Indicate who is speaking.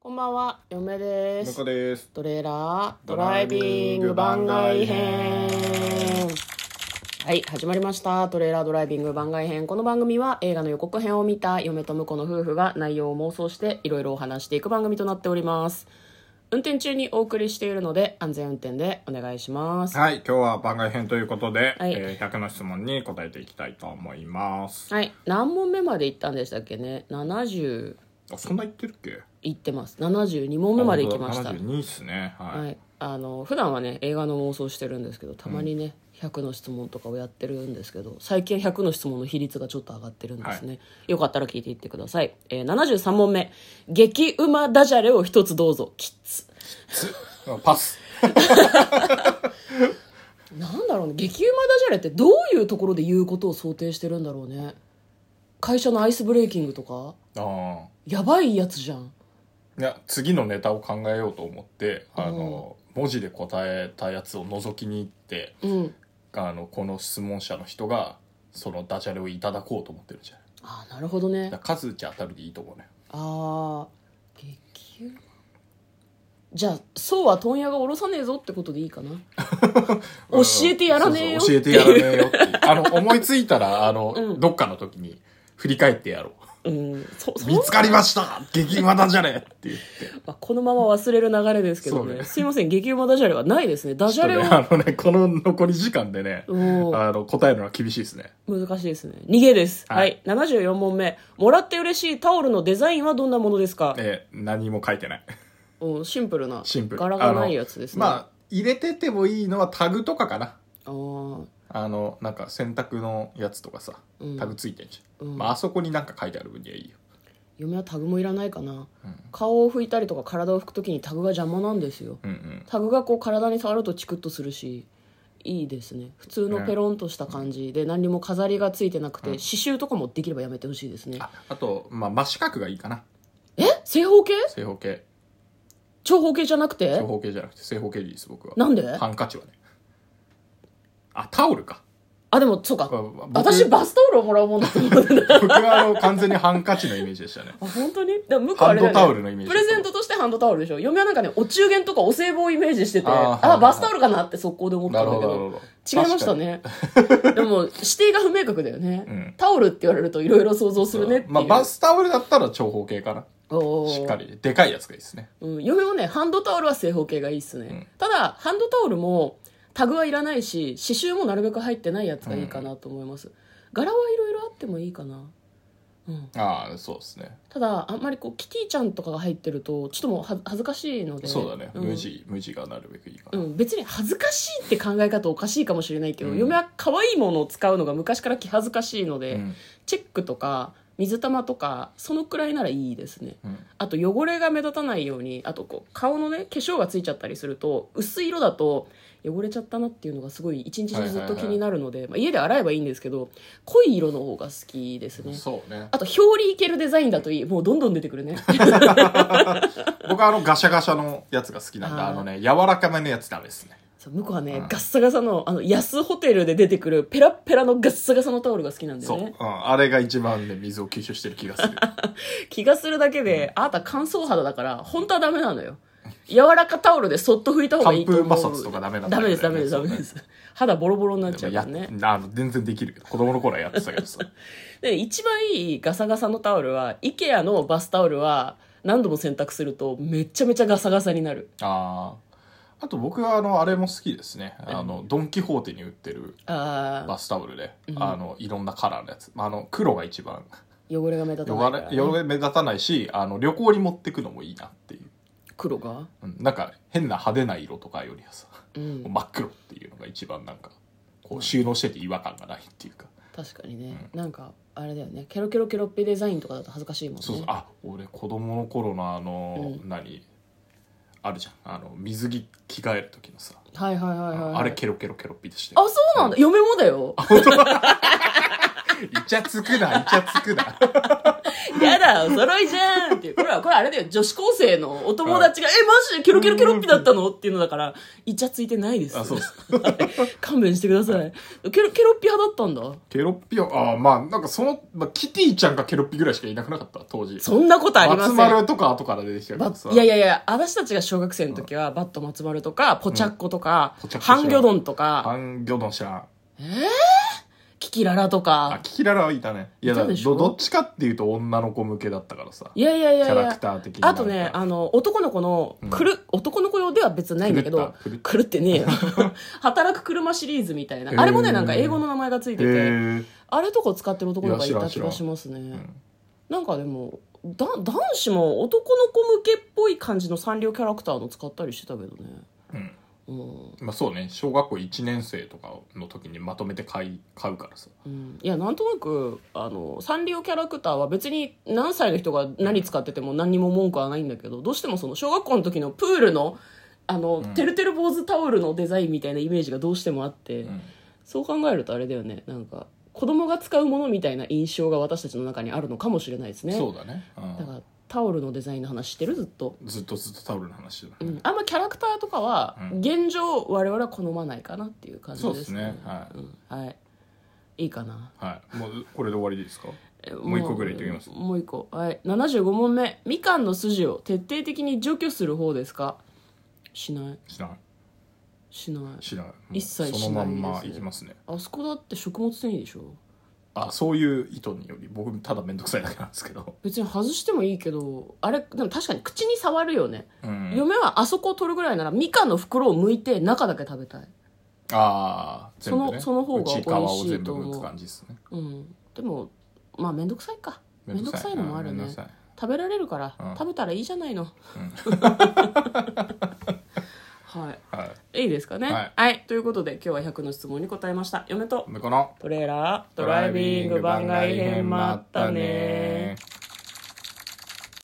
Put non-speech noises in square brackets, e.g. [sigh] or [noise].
Speaker 1: こんばんは、嫁で
Speaker 2: 向
Speaker 1: す
Speaker 2: こ。です。
Speaker 1: トレーラードライビング番外編。はい、始まりました。トレーラードライビング番外編。この番組は映画の予告編を見た嫁と婿の夫婦が内容を妄想していろいろお話していく番組となっております。運転中にお送りしているので安全運転でお願いします。
Speaker 2: はい、今日は番外編ということで、
Speaker 1: はい
Speaker 2: えー100の質問に答えていきたいと思います。
Speaker 1: はい、何問目まで行ったんでしたっけね ?70
Speaker 2: あ、そんな言ってるっけ
Speaker 1: 行ってます。72問目まで行きました。
Speaker 2: 72っすね。はい。
Speaker 1: はい、あの普段はね映画の妄想してるんですけどたまにね、100の質問とかをやってるんですけど最近100の質問の比率がちょっと上がってるんですね、よかったら聞いていってください、えー、73問目「激うまダジャレを一つどうぞ」キッズ
Speaker 2: つあパス。
Speaker 1: なんだろうね激うまダジャレってどういうところで言うことを想定してるんだろうね会社のアイスブレイキングとか
Speaker 2: あー
Speaker 1: やばいやつじゃん
Speaker 2: いや、次のネタを考えようと思って、あの、文字で答えたやつを覗きに行って、
Speaker 1: うん
Speaker 2: あの、この質問者の人が、そのダジャレをいただこうと思ってるじゃん。
Speaker 1: ああなるほどね
Speaker 2: だから数打ち当たるでいいと思うね。
Speaker 1: ああ激うまじゃあそうは問屋が下ろさねえぞってことでいい
Speaker 2: [laughs]
Speaker 1: かな教えてやらねえよ
Speaker 2: そうそう教えてやらねえよっていう。あの、思いついたら、あの、どっかの時に振り返ってやろ。
Speaker 1: うんそそう
Speaker 2: 見つかりました激うまだじゃねって言って。
Speaker 1: まあこのまま忘れる流れですけど
Speaker 2: そう
Speaker 1: ね
Speaker 2: ね
Speaker 1: すいません激うまダジャレはないですねダジャレ
Speaker 2: [laughs] ちょっ
Speaker 1: は
Speaker 2: とねあのね、この残り時間でね、
Speaker 1: うん
Speaker 2: あの、答えるのは厳しいですね。
Speaker 1: 難しいですね逃げですは、
Speaker 2: はい
Speaker 1: 74問目もらって嬉しいタオルのデザインはどんなものですか、
Speaker 2: えー何も書いてない。
Speaker 1: うん、シンプルな
Speaker 2: シンプル。
Speaker 1: 柄がないやつですね
Speaker 2: あのまあ、入れててもいいのはタグとかかな。
Speaker 1: あー
Speaker 2: あの、なんか洗濯のやつとかさ
Speaker 1: うん、
Speaker 2: タグついてんじゃん。
Speaker 1: うん
Speaker 2: まあ、あそこになんか書いてある分にはいいよ。
Speaker 1: 嫁はタグもいらないかな、
Speaker 2: うん
Speaker 1: 顔を拭いたりとか体を拭くときにタグが邪魔なんですよ
Speaker 2: うんうん。
Speaker 1: タグがこう体に触るとチクッとするしいいですね普通のペロンとした感じで何にも飾りがついてなくて、刺繍とかもできればやめてほしいですね
Speaker 2: あ、あと、まあ、真四角がいいかな。
Speaker 1: え正方形
Speaker 2: 正方形。
Speaker 1: 長方形じゃなくて
Speaker 2: 長方形じゃなくて正方形でいいです僕は
Speaker 1: なんで
Speaker 2: ハンカチはねあタオルか
Speaker 1: あでもそうか
Speaker 2: あ僕
Speaker 1: 私バスタオルをもらうもんだと思 [laughs] ってた
Speaker 2: 僕はあの完全にハンカチのイメージでしたね
Speaker 1: あ本当にでも向こうあれだよね
Speaker 2: ハンドタオルのイメージ
Speaker 1: プレゼントとしてハンドタオルでしょ嫁はなんかねお中元とかお歳暮をイメージしてて
Speaker 2: あーはい
Speaker 1: あ
Speaker 2: はいはい
Speaker 1: バスタオルかなって速攻で思ったんだけど
Speaker 2: ど
Speaker 1: 違いましたねでも指定が不明確だよね、
Speaker 2: うん
Speaker 1: タオルって言われるといろいろ想像するねっていう、
Speaker 2: まあ、バスタオルだったら長方形かな
Speaker 1: おー
Speaker 2: しっかりでかいやつがいいですね
Speaker 1: うん、嫁もねハンドタオルは正方形がいいっすね、
Speaker 2: ん
Speaker 1: ただハンドタオルもタグはいらないし刺繍もなるべく入ってないやつがいいかなと思います、柄はいろいろあってもいいかな、うん、
Speaker 2: ああそうですね
Speaker 1: ただあんまりこうキティちゃんとかが入ってるとちょっともうは恥ずかしいので
Speaker 2: そうだね、
Speaker 1: ん
Speaker 2: 無地無地がなるべくいいか
Speaker 1: う
Speaker 2: な、
Speaker 1: ん、別に恥ずかしいって考え方おかしいかもしれないけど、
Speaker 2: うん
Speaker 1: 嫁は可愛いものを使うのが昔から気恥ずかしいので、
Speaker 2: うん
Speaker 1: チェックとか水玉とかそのくらいならいいですね
Speaker 2: うん
Speaker 1: あと汚れが目立たないようにあとこう顔のね化粧がついちゃったりすると薄い色だと汚れちゃったなっていうのがすごい一日中ずっと気になるので、まあ、家で洗えばいいんですけど濃い色の方が好きですね
Speaker 2: そうね
Speaker 1: あと表裏いけるデザインだといいもうどんどん出てく
Speaker 2: [laughs]
Speaker 1: るね
Speaker 2: 僕はあのガシャガシャのやつが好きなんで
Speaker 1: あー
Speaker 2: あのね柔らかめのやつダメですね
Speaker 1: そう向こうはね、
Speaker 2: う
Speaker 1: ガ
Speaker 2: ん
Speaker 1: ッサガサのあの安ホテルで出てくるペラッペラのガッサガサのタオルが好きなんだ
Speaker 2: そ
Speaker 1: よ
Speaker 2: う、う
Speaker 1: ね
Speaker 2: ん、あれが一番ね水を吸収してる
Speaker 1: [laughs]
Speaker 2: 気がする
Speaker 1: 気がするだけで、あなた乾燥肌だから本当はダメなのよ柔らかタオルでそっと拭いた方がいいと思う
Speaker 2: 寒風摩擦とかダメなん
Speaker 1: ダ
Speaker 2: だよ
Speaker 1: メ
Speaker 2: ね
Speaker 1: ですダメですダメです、肌ボロボロになっち
Speaker 2: で
Speaker 1: ゃ
Speaker 2: も
Speaker 1: うか
Speaker 2: や
Speaker 1: らね
Speaker 2: あの全然できるけど子供の頃はやってたけ
Speaker 1: [laughs]
Speaker 2: どさ
Speaker 1: で一番いいガサガサのタオルは IKEA のバスタオルは何度も洗濯するとめちゃめちゃガサガサになる
Speaker 2: あああと僕はあのあれも好きですねあのドン・キホーテに売ってる
Speaker 1: あ
Speaker 2: バスタオルで、あのいろんなカラーのやつあの黒が一番
Speaker 1: ー汚れが目立たな
Speaker 2: 汚
Speaker 1: いから、
Speaker 2: れ
Speaker 1: ね、
Speaker 2: 汚れ目立たないしあの旅行に持ってくのもいいなっていう、
Speaker 1: 黒が、
Speaker 2: うん、なんか変な派手な色とかよりはさ、
Speaker 1: うん、
Speaker 2: 真っ黒っていうのが一番なんかこう収納してて違和感がないっていうか、
Speaker 1: 確かにね、なんかあれだよねケロケロケロッピデザインとかだと恥ずかしいもんね
Speaker 2: そうそうあ俺子供の頃のあの、何あるじゃんあの水着着替える時のさ、
Speaker 1: はいはいはいはいはい
Speaker 2: あれケロケロケロッピでして
Speaker 1: あそうなんだ嫁もだよ
Speaker 2: イチャつくなイチャつ
Speaker 1: [laughs]
Speaker 2: くな
Speaker 1: やだ、お揃いじゃんっていう。これは、これあれだよ、女子高生のお友達が、え、マジでケロケロケロッピだったのっていうのだから、イチャついてないです。
Speaker 2: あそうっす
Speaker 1: [laughs] 勘弁してください。ケロ、ケロッピ派だったんだ。
Speaker 2: ケロッピはああまあなんかその、まあ、キティちゃんかケロッピぐらいしかいなくなかった当時
Speaker 1: そんなことありませ
Speaker 2: 松
Speaker 1: ん。
Speaker 2: 丸とか後から出てきたけ
Speaker 1: バ
Speaker 2: ど
Speaker 1: ッ
Speaker 2: さ
Speaker 1: いやいやいや、私たちが小学生の時は、バット松丸とか、ポチャッコとか
Speaker 2: ポチャ、ッコ
Speaker 1: ハンギョドンと
Speaker 2: ハ
Speaker 1: か、
Speaker 2: ンギョドン知らん
Speaker 1: キキララと
Speaker 2: あ
Speaker 1: か。
Speaker 2: キキララはいたねいや
Speaker 1: いたでしょ
Speaker 2: どどっちかっていうと女の子向けだったからさ
Speaker 1: いやいやいやい
Speaker 2: キャラ
Speaker 1: や
Speaker 2: ク。ター的に
Speaker 1: あとね、あの、男の子の、くる、男の子用では別にないんだけど
Speaker 2: 狂っ、
Speaker 1: くるってねえ
Speaker 2: [laughs]
Speaker 1: よ。働く車シリーズみたいな
Speaker 2: へ。ー
Speaker 1: あれもね、なんか英語の名前がついてて、
Speaker 2: へえ
Speaker 1: あれとか使ってる男の子がい
Speaker 2: い
Speaker 1: た
Speaker 2: や
Speaker 1: 気
Speaker 2: 知
Speaker 1: が
Speaker 2: らん
Speaker 1: しますね
Speaker 2: ん。
Speaker 1: なんかでも、だ男子も男の子向けっぽい感じのサンリオキャラクターの使ったりしてたけどね。
Speaker 2: うん
Speaker 1: うん。
Speaker 2: まあそうね小学校1年生とかの時にまとめて買い買うからさ
Speaker 1: うんいやなんとなくあのサンリオキャラクターは別に何歳の人が何使ってても何にも文句はないんだけどどうしてもその小学校の時のプールのあの、
Speaker 2: ん
Speaker 1: てるてる坊主タオルのデザインみたいなイメージがどうしてもあって、
Speaker 2: うん
Speaker 1: そう考えるとあれだよねなんか子供が使うものみたいな印象が私たちの中にあるのかもしれないですね
Speaker 2: そうだね、う
Speaker 1: だ
Speaker 2: ん
Speaker 1: からタオルのデザインの話してるずっと、
Speaker 2: ずっとずっとタオルの話だ、
Speaker 1: うん、あんまキャラクターとかは、
Speaker 2: うん
Speaker 1: 現状我々は好まないかなっていう感じです
Speaker 2: そうですねは
Speaker 1: う
Speaker 2: い
Speaker 1: んはい、いいかな
Speaker 2: はいもうこれで終わりでいいですか
Speaker 1: え
Speaker 2: もう一個ぐらい言っておきます
Speaker 1: もう一個はい75問目みかんの筋を徹底的に除去する方ですかしない
Speaker 2: 知らん
Speaker 1: しない
Speaker 2: 知らんもう
Speaker 1: 一切しないですね
Speaker 2: そのまんまいきますね
Speaker 1: あそこだって食物繊維でしょ
Speaker 2: あそういう意図により僕ただ面倒くさいだけなんですけど、
Speaker 1: 別に外してもいいけどあれでも確かに口に触るよね、
Speaker 2: うん、
Speaker 1: 嫁はあそこを取るぐらいならみかんの袋を剥いて中だけ食べたい
Speaker 2: ああ全部ね
Speaker 1: そのその方が美味しい
Speaker 2: 内側を全部剥く感じですね
Speaker 1: うんでもまあ面倒くさいか面倒くさいのもある
Speaker 2: うん
Speaker 1: ね
Speaker 2: 面倒くさい
Speaker 1: 食べられるから、
Speaker 2: うん
Speaker 1: 食べたらいいじゃない [laughs] の、は
Speaker 2: はい
Speaker 1: いいいですかね
Speaker 2: はい
Speaker 1: はい、ということで今日は100の質問に答えました嫁と
Speaker 2: 向こうの
Speaker 1: トレーラードライビング番外編もあったね